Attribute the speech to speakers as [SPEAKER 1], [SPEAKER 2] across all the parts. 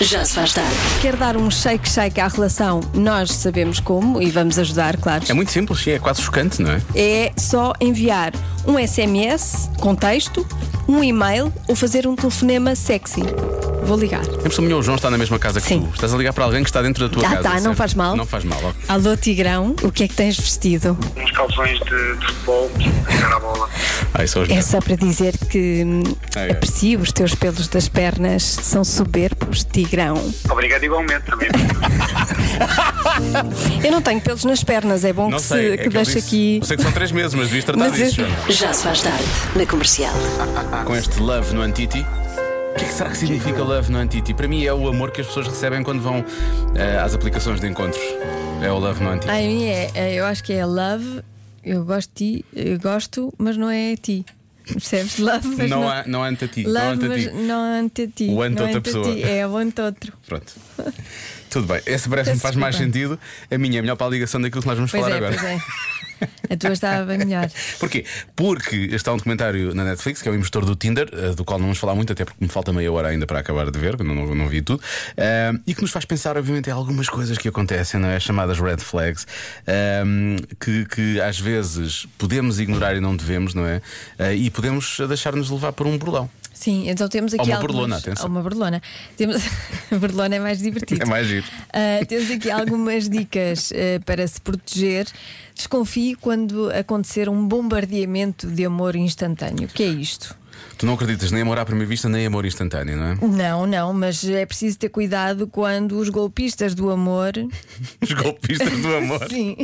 [SPEAKER 1] Já se faz tarde.
[SPEAKER 2] Quer dar um shake shake à relação? Nós sabemos como e vamos ajudar, claro.
[SPEAKER 3] É muito simples, sim, é quase chocante, não é?
[SPEAKER 2] É só enviar um SMS com texto, um e-mail ou fazer um telefonema sexy. Vou ligar.
[SPEAKER 3] Sempre melhor o João está na mesma casa que
[SPEAKER 2] Sim.
[SPEAKER 3] tu. Estás a ligar para alguém que está dentro da tua
[SPEAKER 2] Ah,
[SPEAKER 3] casa.
[SPEAKER 2] tá, não
[SPEAKER 3] certo?
[SPEAKER 2] faz mal.
[SPEAKER 3] Não faz mal, ok.
[SPEAKER 2] Alô, Tigrão, o que é que tens vestido?
[SPEAKER 4] uns calções de, de futebol, jogar a bola.
[SPEAKER 3] Ai, Ah, são os
[SPEAKER 2] É
[SPEAKER 3] melhores.
[SPEAKER 2] só para dizer que hum,
[SPEAKER 3] Ai, ai.
[SPEAKER 2] aprecio os teus pelos das pernas, são soberbos, Tigrão.
[SPEAKER 4] Obrigado igualmente também.
[SPEAKER 2] Eu não tenho pelos nas pernas, é bom
[SPEAKER 3] Não
[SPEAKER 2] que,
[SPEAKER 3] sei,
[SPEAKER 2] se,
[SPEAKER 3] é
[SPEAKER 2] que
[SPEAKER 3] que eu
[SPEAKER 2] deixe
[SPEAKER 3] disse-
[SPEAKER 2] aqui.
[SPEAKER 3] Eu sei que são três meses, mas devias tratar
[SPEAKER 2] Mas
[SPEAKER 3] disso,
[SPEAKER 2] eu-
[SPEAKER 3] João.
[SPEAKER 1] Já se faz tarde. Na comercial.
[SPEAKER 3] Com este love no Antiti. O que é que será que significa love no Antiti? Para mim é o amor que as pessoas recebem quando vão eh, às aplicações de encontros. É o love no Antiti.
[SPEAKER 5] A mim é, é- eu acho que é love, eu gosto de ti, eu gosto, mas não é a ti. Percebes? Love, mas
[SPEAKER 3] Não
[SPEAKER 5] não,
[SPEAKER 3] há- não há ante a ti, não há
[SPEAKER 5] Love,
[SPEAKER 3] ante a
[SPEAKER 5] mas
[SPEAKER 3] ti.
[SPEAKER 5] não há ante a ti.
[SPEAKER 3] O ante
[SPEAKER 5] não
[SPEAKER 3] outra
[SPEAKER 5] a ti,
[SPEAKER 3] pessoa.
[SPEAKER 5] É o ante outro.
[SPEAKER 3] Pronto. Tudo bem. Esse parece-me
[SPEAKER 5] Peço
[SPEAKER 3] faz mais sentido. A minha é melhor para a ligação daquilo que nós vamos
[SPEAKER 5] Pois
[SPEAKER 3] falar
[SPEAKER 5] é,
[SPEAKER 3] agora.
[SPEAKER 5] pois é. A tua estava bem melhor.
[SPEAKER 3] Porquê? Porque está um documentário na Netflix, que é o impostor do Tinder, eh, do qual não vamos falar muito, até porque me falta meia hora ainda para acabar de ver, não, não, não vi tudo, eh, e que nos faz pensar, obviamente, em algumas coisas que acontecem, não é? As chamadas red flags, eh, que, que às vezes podemos ignorar e não devemos, não é? Eh, e podemos deixar-nos levar por um burlão.
[SPEAKER 5] Sim, então temos aqui
[SPEAKER 3] uma
[SPEAKER 5] algumas-
[SPEAKER 3] burlona, atenção.
[SPEAKER 5] Há uma burlona. Temos... burlona é mais divertido.
[SPEAKER 3] É mais giro.
[SPEAKER 5] Ah, temos aqui algumas dicas ah, para se proteger. Desconfie quando acontecer um bombardeamento de amor instantâneo. O que é isto?
[SPEAKER 3] Tu não acreditas nem amor à primeira vista, nem amor instantâneo, não é?
[SPEAKER 5] Não, não, mas é preciso ter cuidado quando os golpistas do amor
[SPEAKER 3] Os golpistas do amor.
[SPEAKER 5] sim,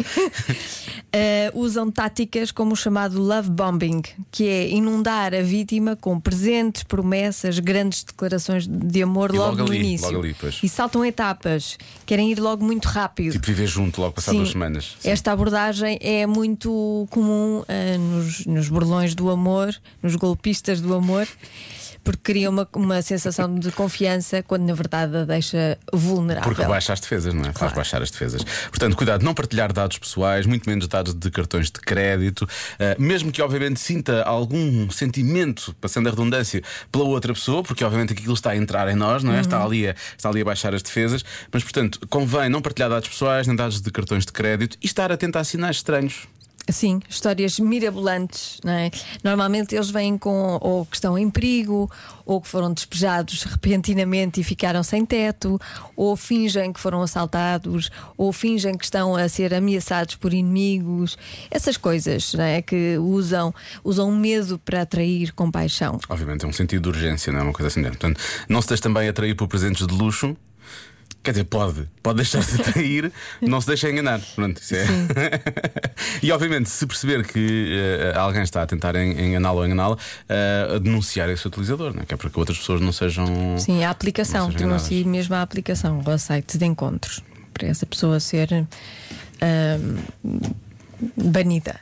[SPEAKER 5] eh, usam táticas como o chamado love bombing, que é inundar a vítima com presentes, promessas, grandes declarações de amor
[SPEAKER 3] E
[SPEAKER 5] logo,
[SPEAKER 3] logo
[SPEAKER 5] no
[SPEAKER 3] ali,
[SPEAKER 5] início.
[SPEAKER 3] logo ali, pois.
[SPEAKER 5] E saltam etapas, querem ir logo muito rápido.
[SPEAKER 3] Tipo, viver junto logo passado
[SPEAKER 5] Sim.
[SPEAKER 3] duas semanas. Sim.
[SPEAKER 5] Esta abordagem é muito comum ah, nos, nos burlões do amor, nos golpistas do amor, porque cria uma, uma sensação de confiança quando na verdade a deixa vulnerável.
[SPEAKER 3] Porque baixa as defesas, não é? Faz
[SPEAKER 5] Claro.
[SPEAKER 3] baixar as defesas. Portanto, cuidado, não partilhar dados pessoais, muito menos dados de cartões de crédito, eh, mesmo que obviamente sinta algum sentimento, passando a redundância, pela outra pessoa, porque obviamente aquilo está a entrar em nós, não é?
[SPEAKER 5] Uhum.
[SPEAKER 3] Está, ali a, está ali a baixar as defesas, mas portanto, convém não partilhar dados pessoais, nem dados de cartões de crédito e estar atento a sinais estranhos.
[SPEAKER 5] Sim, histórias mirabolantes, não é? Normalmente eles vêm com ou que estão em perigo, ou que foram despejados repentinamente e ficaram sem teto, ou fingem que foram assaltados, ou fingem que estão a ser ameaçados por inimigos. Essas coisas, não é? Que usam, usam medo para atrair compaixão.
[SPEAKER 3] Obviamente, é um sentido de urgência, não é uma coisa assim. não é? Portanto, não se deixe também atrair por presentes de luxo. Quer dizer, pode, pode deixar-se atrair, não se deixe enganar. Pronto, isso é. e obviamente, se perceber que eh, alguém está a tentar en- enganá-lo ou enganá-la, eh, a denunciar esse utilizador, não é? que é para que outras pessoas não sejam.
[SPEAKER 5] Sim, a
[SPEAKER 3] Não
[SPEAKER 5] aplicação,
[SPEAKER 3] sejam enganadas.
[SPEAKER 5] denuncie mesmo a aplicação, o site de encontros, para essa pessoa ser ah, banida.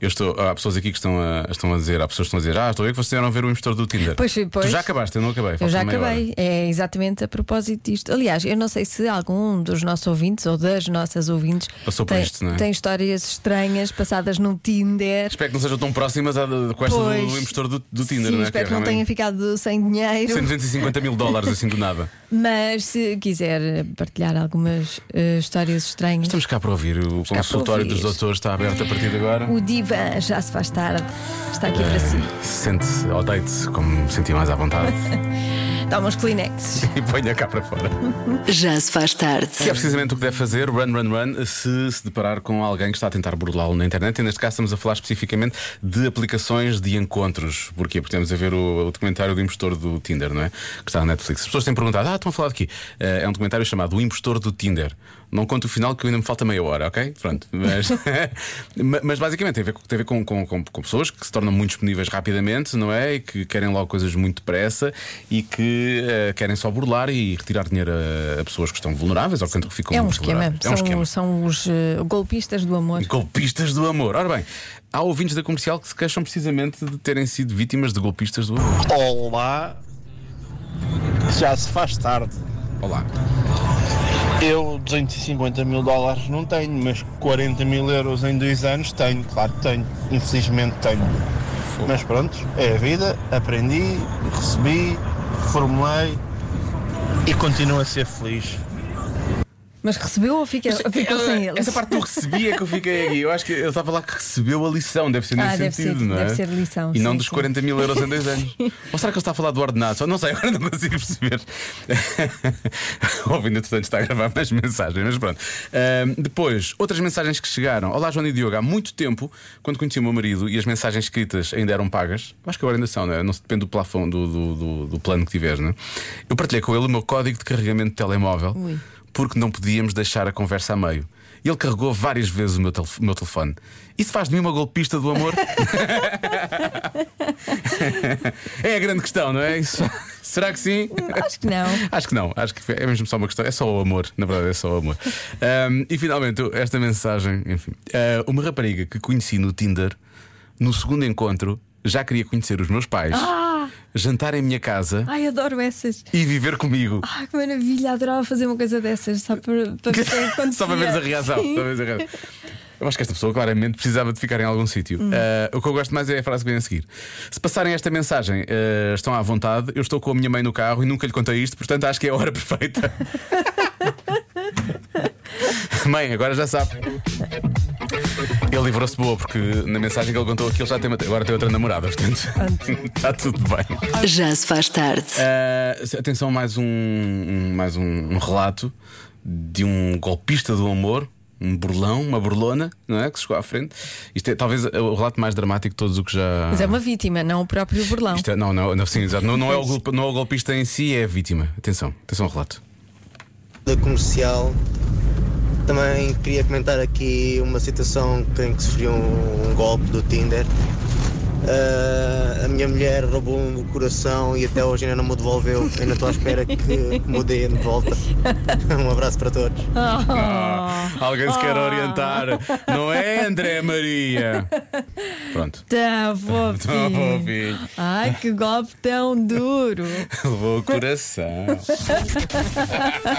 [SPEAKER 3] Eu estou, há pessoas aqui que estão a, estão a dizer, há pessoas que estão a dizer, ah, estou a ver que vocês tiveram a ver o impostor do Tinder.
[SPEAKER 5] Pois, pois.
[SPEAKER 3] Tu já acabaste, eu não acabei.
[SPEAKER 5] Eu
[SPEAKER 3] falta
[SPEAKER 5] já
[SPEAKER 3] meia hora.
[SPEAKER 5] acabei, é exatamente a propósito disto. Aliás, eu não sei se algum dos nossos ouvintes ou das nossas ouvintes
[SPEAKER 3] Passou por
[SPEAKER 5] tem,
[SPEAKER 3] isto, não é?
[SPEAKER 5] tem histórias estranhas passadas no Tinder.
[SPEAKER 3] Espero que não sejam tão próximas à, de- com esta
[SPEAKER 5] Pois.
[SPEAKER 3] do impostor do, do Tinder,
[SPEAKER 5] Sim,
[SPEAKER 3] não é?
[SPEAKER 5] espero que não
[SPEAKER 3] realmente-
[SPEAKER 5] tenha ficado sem dinheiro,
[SPEAKER 3] 150 mil dólares assim do nada.
[SPEAKER 5] mas se quiser partilhar algumas eh, histórias estranhas,
[SPEAKER 3] Estamos cá para ouvir. O
[SPEAKER 5] para
[SPEAKER 3] consultório
[SPEAKER 5] ouvir.
[SPEAKER 3] dos doutores está aberto a partir de agora. Eh,
[SPEAKER 5] o divã já se faz tarde, está aqui para si.
[SPEAKER 3] Sente-se ou deite-se como me senti mais à vontade
[SPEAKER 5] Dá uns Kleenex.
[SPEAKER 3] e ponha cá para fora.
[SPEAKER 1] Já se faz tarde.
[SPEAKER 3] Que é precisamente o que deve fazer, run, run, run, se se deparar com alguém que está a tentar burlá-lo na internet. E neste caso estamos a falar especificamente de aplicações de encontros. Porquê? Porque estamos a ver o, o documentário do impostor do Tinder, não é? Que está na Netflix. As pessoas têm perguntado, ah, estão a falar de quê? Eh, é um documentário chamado O Impostor do Tinder. Não conto o final que ainda me falta meia hora, ok? Pronto. Mas, ma- mas basicamente tem a ver, com- tem a ver com, com- com- com pessoas que se tornam muito disponíveis rapidamente, não é? E que querem logo coisas muito depressa e que eh, querem só burlar e retirar dinheiro a, a pessoas que estão vulneráveis ou que ficam
[SPEAKER 5] É um
[SPEAKER 3] muito
[SPEAKER 5] esquema,
[SPEAKER 3] vulneráveis. É um esquema.
[SPEAKER 5] São, são os eh, golpistas do amor.
[SPEAKER 3] Golpistas do amor. Ora bem, há ouvintes da comercial que se queixam precisamente de terem sido vítimas de golpistas do amor.
[SPEAKER 6] Olá, já se faz tarde.
[SPEAKER 3] Olá.
[SPEAKER 6] Eu 250 mil dólares não tenho, mas 40 mil euros em dois anos tenho, claro que tenho, infelizmente tenho. Mas pronto, é a vida, aprendi, recebi, formulei e continuo a ser feliz.
[SPEAKER 5] Mas recebeu ou fica, ficou
[SPEAKER 3] Ela-
[SPEAKER 5] sem ele?
[SPEAKER 3] Essa parte do recebi é que eu fiquei aqui. Eu acho que ele estava lá que recebeu a lição, deve ser nesse
[SPEAKER 5] Ah, deve
[SPEAKER 3] sentido,
[SPEAKER 5] ser-
[SPEAKER 3] não é?
[SPEAKER 5] deve ser lição,
[SPEAKER 3] E não
[SPEAKER 5] sim,
[SPEAKER 3] dos
[SPEAKER 5] sim.
[SPEAKER 3] 40 mil euros em dois anos. Ou será que ele está a falar do ordenado? Só não sei, agora não consigo perceber. Ouvindo, entretanto, está a gravar mais mensagens, mas pronto. Ahm, depois, outras mensagens que chegaram. Olá, João e Diogo, há muito tempo, quando conheci o meu marido e as mensagens escritas ainda eram pagas, acho que agora ainda são, não é? Não se depende do plafond, do, do, do- do plano que tiveres, não é? Eu partilhei com ele o meu código de carregamento de telemóvel porque não podíamos deixar a conversa a meio. E Ele carregou várias vezes o meu, telef- o meu telefone. Isso faz de mim uma golpista do amor? é a grande questão, não é? Isso- Será que sim?
[SPEAKER 5] Acho que não.
[SPEAKER 3] Acho que não, acho que é mesmo só uma questão, é só o amor, na verdade é só o amor. Ahm, e finalmente, esta mensagem, enfim. Ah, uma rapariga que conheci no Tinder, no segundo encontro, já queria conhecer os meus pais, jantar em minha casa
[SPEAKER 5] Ai, adoro essas.
[SPEAKER 3] e viver comigo.
[SPEAKER 5] Ai, que maravilha, adorava fazer uma coisa dessas, só para, para ver o que é que
[SPEAKER 3] Só para veres a reação.
[SPEAKER 5] acontecia. Sim.
[SPEAKER 3] só para veres a reação. Eu acho que esta pessoa claramente precisava de ficar em algum sítio. Ah, o que eu gosto mais é a frase que vem a seguir. Se passarem esta mensagem, ah, estão à vontade. Eu estou com a minha mãe no carro e nunca lhe contei isto, portanto acho que é a hora perfeita. mãe, agora já sabe. Ele livrou-se boa, porque na mensagem que ele contou aqui, ele já tem, uma- agora tem outra namorada, portanto está tudo bem.
[SPEAKER 1] Já se faz tarde.
[SPEAKER 3] Uh, atenção, mais um, um- mais um, um relato de um golpista do amor. Um burlão, uma burlona, não é? Que se chegou à frente. Isto é talvez o relato mais dramático de todos o que já.
[SPEAKER 5] Mas é uma vítima, não o próprio burlão.
[SPEAKER 3] Isto é- não, não, não, sim, exato. Não, não é o, golpe- não é o golpista em si, é a vítima. Atenção, atenção ao relato.
[SPEAKER 7] da comercial. Também queria comentar aqui uma situação em que sofri um, um golpe do Tinder. Ah, a minha mulher roubou-me o coração e até hoje ainda não me o devolveu. Ainda estou à espera que, que me o dê de volta. Um abraço para todos.
[SPEAKER 5] Oh.
[SPEAKER 3] Ah, Alguém se quer orientar, não é, André Maria? Pronto.
[SPEAKER 5] Tá, vou
[SPEAKER 3] Tá bom, filho.
[SPEAKER 5] Ai, que golpe tão duro.
[SPEAKER 3] Levou o coração.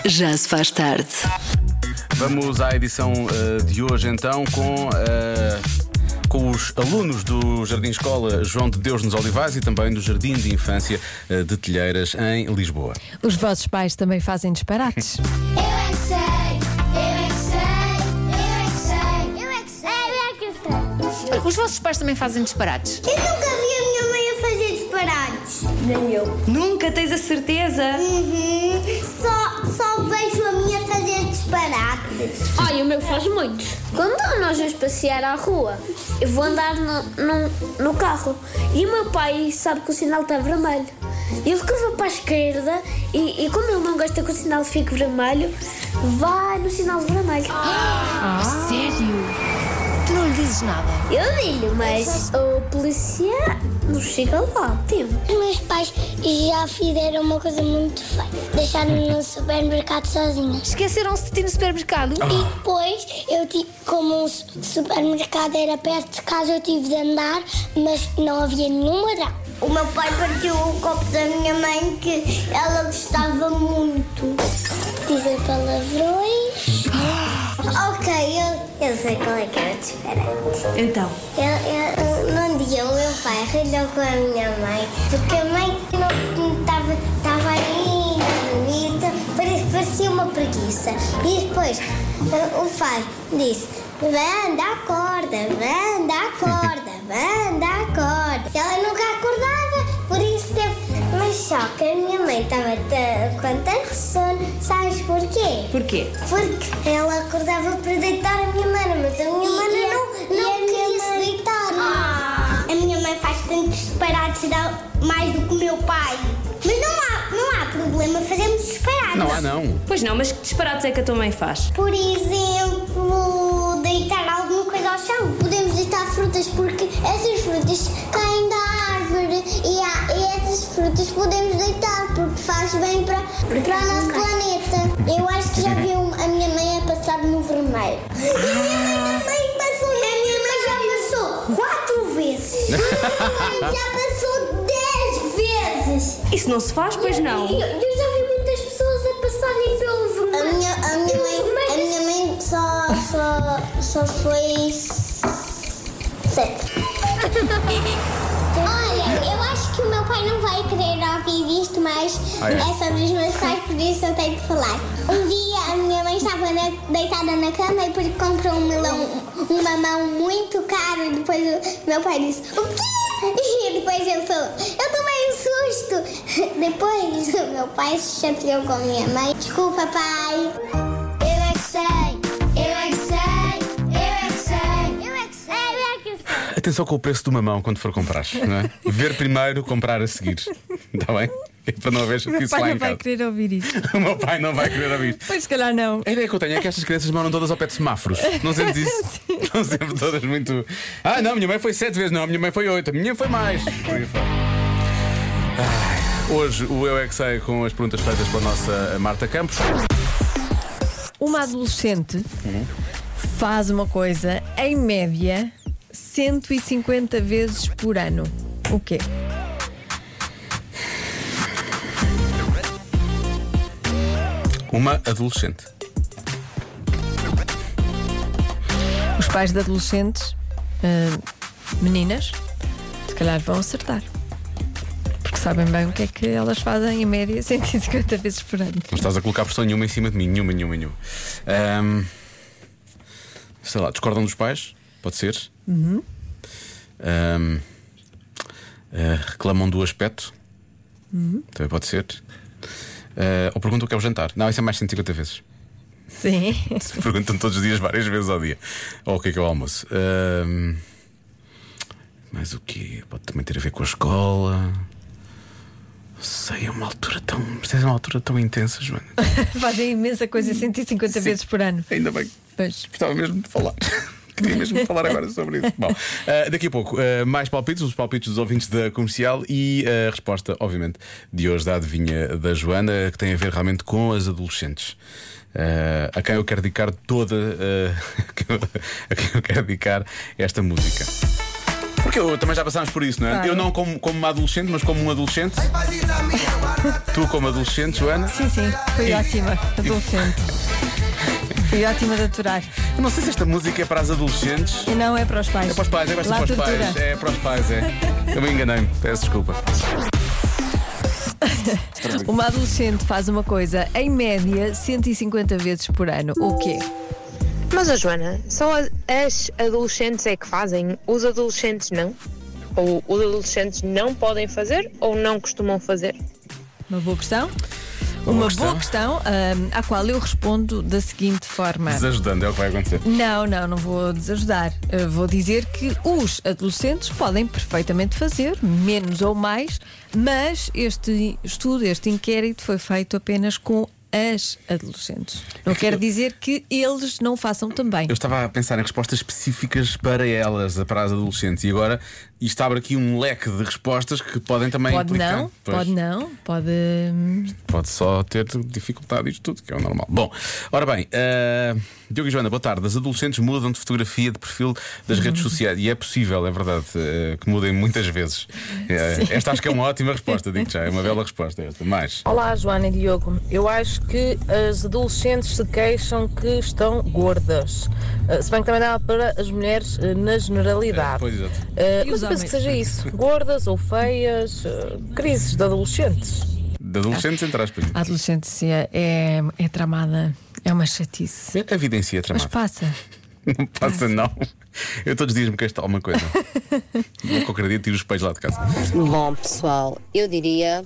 [SPEAKER 1] Já se faz tarde.
[SPEAKER 3] Vamos à edição eh, de hoje então com, eh, com os alunos do Jardim Escola João de Deus nos Olivais e também do Jardim de Infância eh, de Telheiras em Lisboa.
[SPEAKER 5] Os vossos pais também fazem disparates.
[SPEAKER 8] Eu é que sei, eu é que sei, eu é que sei, eu é que sei, eu é que sei.
[SPEAKER 9] Os vossos pais também fazem disparates.
[SPEAKER 8] Eu nunca vi a minha mãe a fazer disparates. Nem eu.
[SPEAKER 10] Nunca tens a certeza?
[SPEAKER 8] Uhum. Só, só vejo a minha fazer disparates. Ai, o meu faz muito. Quando nós vamos passear à rua, eu vou andar no, no, no carro e o meu pai sabe que o sinal está vermelho. Ele curva para a esquerda e, e como ele não gosta que o sinal fique vermelho, vai no sinal vermelho.
[SPEAKER 9] Tu não lhe dizes nada.
[SPEAKER 8] Eu digo, mas o polícia não chega lá a tempo.
[SPEAKER 10] Os meus pais já fizeram uma coisa muito feia. Deixaram-me no supermercado sozinha.
[SPEAKER 9] Esqueceram-se de ti no supermercado.
[SPEAKER 10] E depois, eu tive, como o su- supermercado era perto de casa, eu tive de andar, mas não havia nenhum ladrão.
[SPEAKER 8] O meu pai partiu o copo da minha mãe que ela gostava muito.
[SPEAKER 10] Dizer palavrões.
[SPEAKER 8] Ok, eu, eu sei qual é que era diferente.
[SPEAKER 10] Então.
[SPEAKER 8] Eu, eu, eu- num dia o meu pai arranjou com a minha mãe porque a mãe não estava tava aí bonita, pare- parecia uma preguiça. E depois eh, o pai disse: Vanda, acorda, vanda, acorda, vanda, acorda. E Ela nunca acordava, por isso teve. Mas só que a minha mãe estava com tanto sono, sabes porquê?
[SPEAKER 10] Porquê?
[SPEAKER 8] Porque ela acordava para deitar a minha mana, mas a minha mana não, não queria se deitar. A minha mãe faz tantos disparates dá mais do que o meu pai. Mas não há, não há problema fazermos disparates.
[SPEAKER 3] Não há não.
[SPEAKER 10] Pois não, mas que disparates é que a tua mãe faz?
[SPEAKER 8] Por exemplo, deitar alguma coisa ao chão. Podemos deitar frutas porque essas frutas caem da árvore e, há- e essas frutas podemos deitar porque faz bem para, para o nosso planeta. Eu acho que já vi um- a minha mãe a passar no vermelho. E a minha mãe passou. A minha mãe já passou quatro vezes. A minha mãe já passou dez vezes.
[SPEAKER 10] Isso não se faz, pois não.
[SPEAKER 8] Eu, eu já vi muitas pessoas a passarem pelo vermelho. A minha, a minha mãe, a minha mãe só, só, só foi sete.
[SPEAKER 10] Olha, eu acho que o meu pai não vai querer ouvir isto, mas
[SPEAKER 3] Ah, é?
[SPEAKER 10] é sobre os meus pais, por isso eu tenho que falar. Um dia a minha mãe estava na- deitada na cama e porque comprou um melão, um mamão muito caro, e depois o meu pai disse, o quê? E depois eu falou, eu tomei um susto. Depois o meu pai se chateou com a minha mãe. Desculpa, pai. Eu é que sei, eu é que sei, eu é que sei. Eu é que sei, eu é que sei.
[SPEAKER 3] Atenção com o preço do mamão quando for comprar, não é? Ver primeiro, comprar a seguir. Está bem? É para não haver
[SPEAKER 5] Meu
[SPEAKER 3] isso
[SPEAKER 5] pai
[SPEAKER 3] lá
[SPEAKER 5] não
[SPEAKER 3] em
[SPEAKER 5] vai
[SPEAKER 3] casa.
[SPEAKER 5] querer ouvir isto.
[SPEAKER 3] O meu pai não vai querer ouvir. isto.
[SPEAKER 5] Pois, se calhar não.
[SPEAKER 3] A ideia que eu tenho é que estas crianças moram todas ao pé de semáforos. Não sentes isso? Estão sempre todas muito. Ah, não, minha mãe foi sete vezes, não, a minha mãe foi oito, a minha foi mais. Por aí fora. Ai, Hoje o Eu é que sei com as perguntas feitas pela nossa Marta Campos.
[SPEAKER 5] Uma adolescente
[SPEAKER 3] Uhum.
[SPEAKER 5] faz uma coisa, em média, 150 vezes por ano. O quê?
[SPEAKER 3] Uma adolescente.
[SPEAKER 5] Os pais de adolescentes, ah, meninas, se calhar vão acertar. Porque sabem bem o que é que elas fazem em média 150 vezes por ano.
[SPEAKER 3] Não estás a colocar pressão nenhuma em cima de mim, nenhuma, nenhuma, nenhuma. Ahm, sei lá, discordam dos pais? Pode ser. Ahm, ah, reclamam do aspecto? Também pode ser. Ah, ou perguntam o que é o jantar? Não, isso é mais 150 vezes.
[SPEAKER 5] Sim.
[SPEAKER 3] Perguntam todos os dias, várias vezes ao dia. Ou o que é que é o almoço? Ahm, mas o quê? Pode também ter a ver com a escola. Não sei, é uma altura tão. É uma altura tão intensa, Joana.
[SPEAKER 5] Fazem imensa coisa 150
[SPEAKER 3] Sim.
[SPEAKER 5] vezes por ano.
[SPEAKER 3] Ainda bem que
[SPEAKER 5] Pois.
[SPEAKER 3] gostava mesmo de falar. Queria mesmo falar agora sobre isso. Bom, ah, daqui a pouco, ah, mais palpites, os palpites dos ouvintes da comercial e eh, a resposta, obviamente, de hoje da adivinha da Joana, que tem a ver realmente com as adolescentes. Ah, a quem eu quero dedicar toda. ah, a quem eu quero dedicar esta música. Porque eu, também já passámos por isso, não é? Eu não como, como uma adolescente, mas como um adolescente. tu, como adolescente, Joana.
[SPEAKER 5] Sim, sim, foi ótima, adolescente. Foi ótima de aturar.
[SPEAKER 3] Eu não sei se esta música é para as adolescentes.
[SPEAKER 5] E não é para os pais.
[SPEAKER 3] É para os pais, é para,
[SPEAKER 5] Lá
[SPEAKER 3] para os
[SPEAKER 5] tortura.
[SPEAKER 3] pais. É para os pais, é. Eu me enganei, peço desculpa.
[SPEAKER 5] Uma adolescente faz uma coisa, em média, 150 vezes por ano. O quê?
[SPEAKER 11] Mas, ó Joana, só a- as adolescentes é que fazem, os adolescentes não? Ou os adolescentes não podem fazer ou não costumam fazer?
[SPEAKER 5] Uma boa questão?
[SPEAKER 3] Uma
[SPEAKER 5] Uma,
[SPEAKER 3] boa
[SPEAKER 5] boa questão, hum, à qual eu respondo da seguinte forma.
[SPEAKER 3] Desajudando, é o que vai acontecer.
[SPEAKER 5] Não, não, não vou desajudar. Eu vou dizer que os adolescentes podem perfeitamente fazer, menos ou mais, mas este estudo, este inquérito foi feito apenas com as adolescentes. Não quer dizer que eles não façam também.
[SPEAKER 3] Eu estava a pensar em respostas específicas para elas, para as adolescentes, e agora isto abre aqui um leque de respostas que podem também
[SPEAKER 5] Pode
[SPEAKER 3] implicar.
[SPEAKER 5] não,
[SPEAKER 3] Pois,
[SPEAKER 5] pode não, pode. hum,
[SPEAKER 3] Pode só ter dificuldade isto tudo, que é o normal. Bom, ora bem, ah, Diogo e Joana, boa tarde. As adolescentes mudam de fotografia, de perfil das redes
[SPEAKER 5] Uhum.
[SPEAKER 3] sociais, e é possível, é verdade, ah, que mudem muitas vezes. Ah, esta acho que é uma ótima resposta, digo já, é uma bela resposta esta. Mais.
[SPEAKER 12] Olá, Joana e Diogo. Eu acho que as adolescentes se queixam que estão gordas. Eh, Se bem que também dá para as mulheres eh, na generalidade.
[SPEAKER 3] Eh, pois, exato.
[SPEAKER 12] Eh,
[SPEAKER 5] E os
[SPEAKER 12] mas eu penso
[SPEAKER 5] homens?
[SPEAKER 12] que seja isso. Gordas ou feias, eh, crises de adolescentes.
[SPEAKER 3] De adolescentes, entre aspas.
[SPEAKER 5] A adolescência é, é tramada, é uma chatice.
[SPEAKER 3] A vida em si é
[SPEAKER 5] Mas
[SPEAKER 3] tramada.
[SPEAKER 5] passa.
[SPEAKER 3] Não passa, não. Eu todos os dias me queixo de alguma coisa. Vou qualquer dia tiro os pés lá de casa.
[SPEAKER 11] Bom, pessoal, eu diria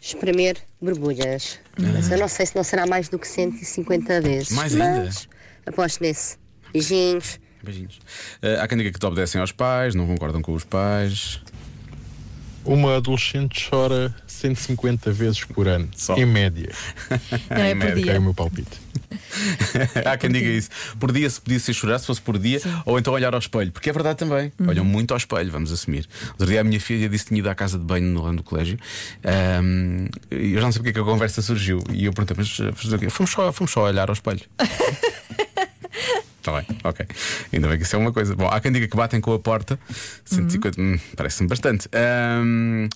[SPEAKER 11] espremer borbulhas. Mas eu não sei se não será mais do que 150 vezes.
[SPEAKER 3] Ah. Mais ainda? mas
[SPEAKER 11] aposto nesse. Beijinhos.
[SPEAKER 3] Beijinhos. Ah, há quem diga que te obedecem aos pais, não concordam com os pais.
[SPEAKER 6] Uma adolescente chora 150 vezes por ano,
[SPEAKER 3] Só.
[SPEAKER 6] em média.
[SPEAKER 5] Não é por
[SPEAKER 3] América.
[SPEAKER 6] É o
[SPEAKER 5] dia.
[SPEAKER 6] meu palpite.
[SPEAKER 3] há quem diga isso. Por dia se podia ser chorar, se fosse por dia, ou então olhar ao espelho, porque é verdade também. Olham muito ao espelho, vamos assumir. Outro dia a minha filha disse que tinha ido à casa de banho no lado do colégio. Ahm, e eu já não sei porque é que a conversa surgiu. E eu perguntei, mas ah, fazer o quê? Fomos só, fomos só olhar ao espelho. Está Tá bem, ok. Ainda bem que isso é uma coisa. Bom, há quem diga que batem com a porta. 150, hum, parece-me bastante. Ahm,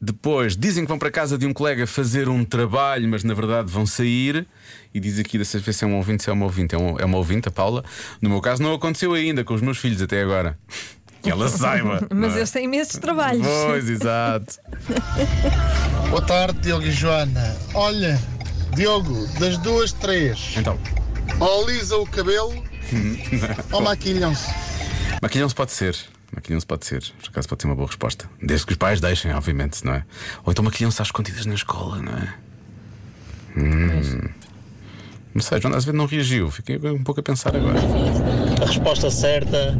[SPEAKER 3] depois, dizem que vão para casa de um colega fazer um trabalho, mas na verdade vão sair. E diz aqui, dessa vez se é um ouvinte, se é uma ouvinte. É, um, é uma ouvinte, a Paula. No meu caso, não aconteceu ainda com os meus filhos até agora. Que ela saiba.
[SPEAKER 5] Mas
[SPEAKER 3] não é?
[SPEAKER 5] eles têm imensos trabalhos.
[SPEAKER 3] Pois, exato.
[SPEAKER 13] Boa tarde, Diogo e Joana. Olha, Diogo, das duas, três.
[SPEAKER 3] Então.
[SPEAKER 13] Ou lisa o cabelo ou maquilham-se.
[SPEAKER 3] Maquilhão-se pode ser. Maquilhão-se pode ser. Por acaso pode ser uma boa resposta. Desde que os pais deixem, obviamente, não é? Ou então maquilham-se às escondidas na escola, não é? Hum. Não sei, João, às vezes não reagiu. Fiquei um pouco a pensar agora.
[SPEAKER 14] A resposta certa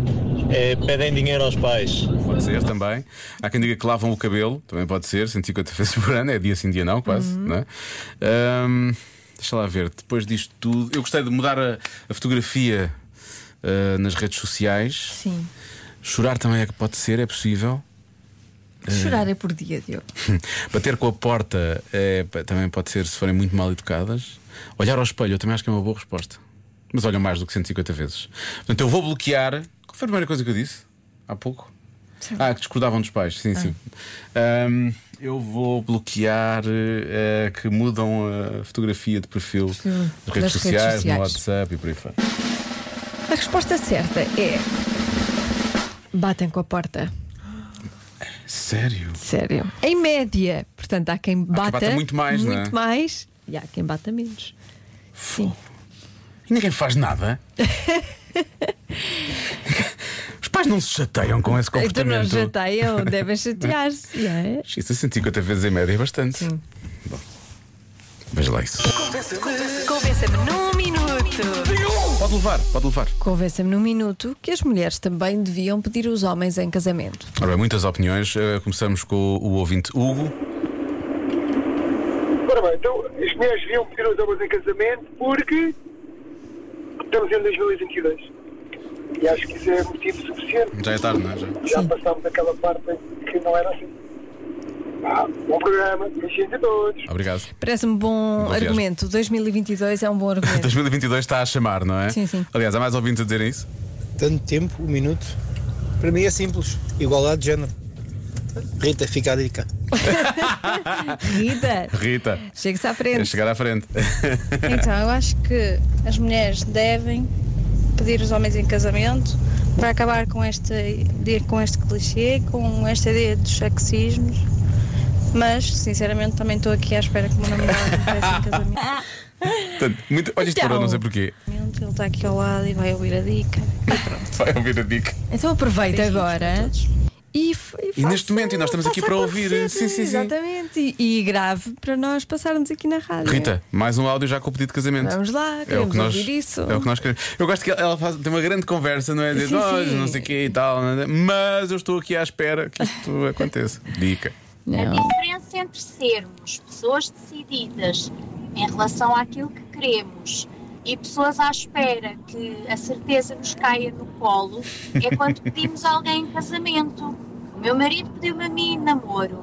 [SPEAKER 14] é pedem dinheiro aos pais.
[SPEAKER 3] Pode ser também. Há quem diga que lavam o cabelo, também pode ser, 150 vezes por ano, é dia sim, dia não, quase.
[SPEAKER 15] Uhum.
[SPEAKER 3] Não é? Ahm, deixa lá ver, depois disto tudo, eu gostei de mudar a, a fotografia ah, nas redes sociais.
[SPEAKER 5] Sim.
[SPEAKER 3] Chorar também é que pode ser, é possível. Ah,
[SPEAKER 5] Chorar é por dia, Diogo.
[SPEAKER 3] Bater com a porta é, pa- também pode ser se forem muito mal educadas. Olhar ao espelho, eu também acho que é uma boa resposta. Mas olham mais do que 150 vezes. Portanto, eu vou bloquear. Qual foi a primeira coisa que eu disse? Há pouco? Ah, que discordavam dos pais. Sim, sim. Ahm, eu vou bloquear eh, que mudam a fotografia de perfil nas
[SPEAKER 5] Perfil
[SPEAKER 3] redes,
[SPEAKER 5] das redes
[SPEAKER 3] sociais,
[SPEAKER 5] sociais.
[SPEAKER 3] no WhatsApp e por aí fora.
[SPEAKER 5] A resposta certa é. Batem com a porta.
[SPEAKER 3] Sério?
[SPEAKER 5] Sério. Em média. Portanto, há quem bata,
[SPEAKER 3] bata muito mais, não é?
[SPEAKER 5] muito mais e há quem bata menos. Sim.
[SPEAKER 3] E ninguém faz nada. Os pais não se chateiam com esse
[SPEAKER 5] Então não
[SPEAKER 3] comportamento.
[SPEAKER 5] chateiam, devem chatear-se. não é?
[SPEAKER 3] Isso é 150 vezes em média é bastante. Sim. Bom, veja lá isso.
[SPEAKER 5] Convença-me num minuto.
[SPEAKER 3] Pode levar, pode levar.
[SPEAKER 5] Convença-me num minuto que as mulheres também deviam pedir os homens em casamento.
[SPEAKER 3] Ora bem, muitas opiniões. Eh, Começamos com o ouvinte Hugo.
[SPEAKER 16] Ora bem, então as mulheres deviam pedir os homens em casamento porque estamos em 2022. E acho que isso é motivo suficiente.
[SPEAKER 3] Já é tarde, não é? Já.
[SPEAKER 16] Já passámos aquela parte em que não era assim. Ah, bom programa, beijinhos a todos.
[SPEAKER 3] Obrigado.
[SPEAKER 5] Parece-me bom
[SPEAKER 3] Boa viagem.
[SPEAKER 5] argumento. 2022 é um bom argumento.
[SPEAKER 3] 2022 está a chamar, não é?
[SPEAKER 5] Sim, sim.
[SPEAKER 3] Aliás, há mais ouvintes a dizerem isso?
[SPEAKER 7] Tanto tempo, um minuto. Para mim é simples. Igualdade de género. Rita, fica a dica.
[SPEAKER 5] Rita,
[SPEAKER 3] Rita.
[SPEAKER 5] chega-se à
[SPEAKER 3] É
[SPEAKER 5] frente.
[SPEAKER 3] chegar à frente.
[SPEAKER 17] Então, eu acho que as mulheres devem pedir os homens em casamento para acabar com este, dia- com este clichê, com esta ideia dos sexismos. Mas, sinceramente, também estou aqui à espera que o meu namorado me peça em casamento.
[SPEAKER 3] Portanto, muito... Olha isto
[SPEAKER 17] Então.
[SPEAKER 3] para não sei porquê.
[SPEAKER 17] Ele está aqui ao lado e vai ouvir a dica.
[SPEAKER 3] Vai ouvir a dica.
[SPEAKER 5] Então aproveita agora. E, f-
[SPEAKER 3] E neste momento, e nós estamos aqui
[SPEAKER 5] faça
[SPEAKER 3] para ouvir.
[SPEAKER 5] acontecer,
[SPEAKER 3] Sim, sim, sim.
[SPEAKER 5] Exatamente. E, e grave para nós passarmos aqui na rádio.
[SPEAKER 3] Rita, mais um áudio já com o pedido de casamento.
[SPEAKER 5] É. Vamos lá,
[SPEAKER 3] é o
[SPEAKER 5] queremos
[SPEAKER 3] que nós,
[SPEAKER 5] ouvir isso.
[SPEAKER 3] É o que nós queremos. Eu gosto que ela faz, tem uma grande conversa, não é? Diz,
[SPEAKER 5] Sim,
[SPEAKER 3] "Nós,
[SPEAKER 5] sim.
[SPEAKER 3] não sei o quê e tal, não é? mas eu estou aqui à espera que isto aconteça. Dica.
[SPEAKER 18] diferença entre sermos pessoas decididas em relação àquilo que queremos e pessoas à espera que a certeza nos caia no colo é quando pedimos a alguém em casamento. O meu marido pediu-me a mim em namoro,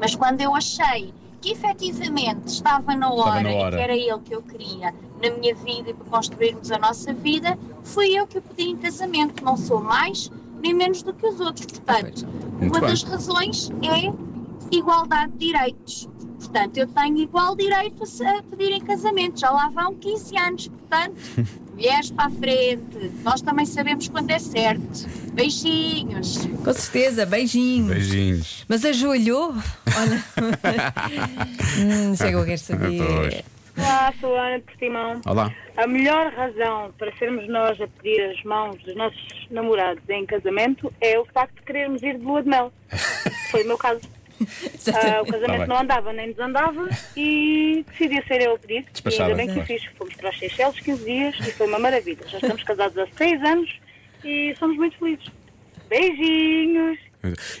[SPEAKER 18] mas quando eu achei que efetivamente estava na hora,
[SPEAKER 19] Estava na hora.
[SPEAKER 18] e que era ele que eu queria na minha vida e para construirmos a nossa vida, fui eu que o pedi em casamento. Não sou mais nem menos do que os outros. Portanto,
[SPEAKER 19] Muito
[SPEAKER 18] uma
[SPEAKER 19] bem.
[SPEAKER 18] das razões é igualdade de direitos. Portanto, eu tenho igual direito a se- a pedir em casamento. Já lá vão 15 anos, portanto, mulheres para a frente. Nós também sabemos quando é certo. Beijinhos.
[SPEAKER 5] Com certeza, beijinhos.
[SPEAKER 3] Beijinhos.
[SPEAKER 5] Mas ajoelhou? Olha. hum, sei que eu quero saber.
[SPEAKER 3] Pois.
[SPEAKER 19] Olá, sou a Ana de Portimão.
[SPEAKER 3] Olá.
[SPEAKER 19] A melhor razão para sermos nós a pedir as mãos dos nossos namorados em casamento é o facto de querermos ir de lua de mel. Foi o meu caso. Ah, o
[SPEAKER 3] Tá
[SPEAKER 19] casamento
[SPEAKER 3] bem.
[SPEAKER 19] não andava nem nos andava e decidi ser eu a pedir. E
[SPEAKER 3] Despachada,
[SPEAKER 19] ainda bem que o
[SPEAKER 3] claro.
[SPEAKER 19] fiz. Fomos para os Seychelles 15 dias e foi uma maravilha. Já estamos casados há 6 anos e somos muito felizes. Beijinhos!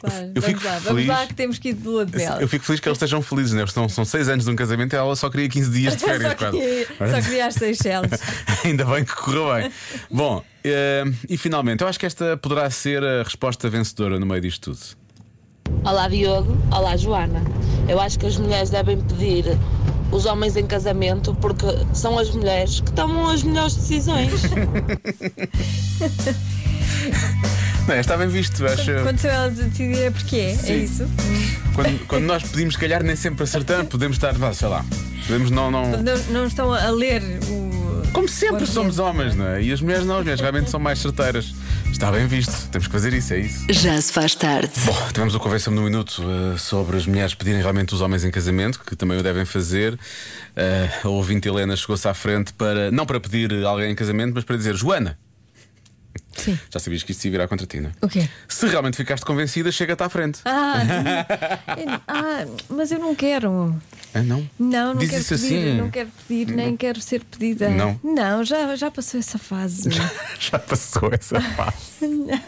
[SPEAKER 5] Claro,
[SPEAKER 3] Eu
[SPEAKER 5] vamos
[SPEAKER 3] fico
[SPEAKER 5] lá, vamos
[SPEAKER 3] feliz.
[SPEAKER 5] lá que temos que ir de lua de mel.
[SPEAKER 3] Eu fico feliz que eles estejam felizes, né? Porque São, são seis anos de um casamento e ela só queria 15 dias de férias,
[SPEAKER 5] só,
[SPEAKER 3] quase.
[SPEAKER 5] que, só que vi às Seychelles.
[SPEAKER 3] Ainda bem que correu bem. Bom, eh, e finalmente, eu acho que esta poderá ser a resposta vencedora no meio disto tudo.
[SPEAKER 20] Olá Diogo, olá Joana. Eu acho que as mulheres devem pedir os homens em casamento porque são as mulheres que tomam as melhores decisões.
[SPEAKER 3] Não, está bem visto, acho.
[SPEAKER 5] Quando são elas a decidir é porque é,
[SPEAKER 3] Sim.
[SPEAKER 5] é isso?
[SPEAKER 3] Quando, quando nós pedimos, se calhar nem sempre acertamos, podemos estar, vá, sei lá. Podemos não. não...
[SPEAKER 5] Não, não estão a ler o.
[SPEAKER 3] Como sempre somos homens, não é? E as mulheres não, as mulheres realmente são mais certeiras. Está bem visto, temos que fazer isso, é isso.
[SPEAKER 1] Já se faz tarde.
[SPEAKER 3] Bom, tivemos uma conversa no minuto eh, sobre as mulheres pedirem realmente os homens em casamento, que também o devem fazer. Eh, a ouvinte Helena chegou-se à frente para, não para pedir alguém em casamento, mas para dizer: Joana.
[SPEAKER 5] Sim.
[SPEAKER 3] Já sabias que isto se virá contra ti, não é?
[SPEAKER 5] O quê?
[SPEAKER 3] Se realmente ficaste convencida, chega-te à frente.
[SPEAKER 5] Ah, não- ah, mas eu não quero.
[SPEAKER 3] Ah, não?
[SPEAKER 5] Não, não
[SPEAKER 3] Diz
[SPEAKER 5] quero
[SPEAKER 3] isso
[SPEAKER 5] pedir,
[SPEAKER 3] assim.
[SPEAKER 5] não quero pedir, nem quero ser pedida.
[SPEAKER 3] Não.
[SPEAKER 5] Não, já, já passou essa fase.
[SPEAKER 3] Já passou essa fase.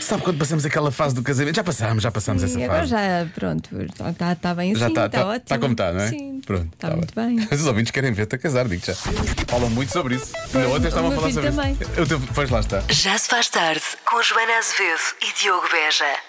[SPEAKER 3] Sabe quando passamos aquela fase do casamento? Já passámos, já passámos essa
[SPEAKER 5] Sim, agora
[SPEAKER 3] fase.
[SPEAKER 5] já, pronto, está tá bem assim,
[SPEAKER 3] Já
[SPEAKER 5] está
[SPEAKER 3] está
[SPEAKER 5] ótimo.
[SPEAKER 3] tá como está, não é?
[SPEAKER 5] Sim,
[SPEAKER 3] Pronto.
[SPEAKER 5] está
[SPEAKER 3] tá
[SPEAKER 5] muito bem.
[SPEAKER 3] Mas os ouvintes querem ver-te a casar, digo já. Falam muito sobre isso. Ainda ontem
[SPEAKER 1] o
[SPEAKER 3] estavam a
[SPEAKER 1] meu
[SPEAKER 3] falar
[SPEAKER 1] filho
[SPEAKER 3] sobre isso. Eu, te- pois lá está.
[SPEAKER 1] Já se faz tarde com Joana Azevedo e Diogo Beja.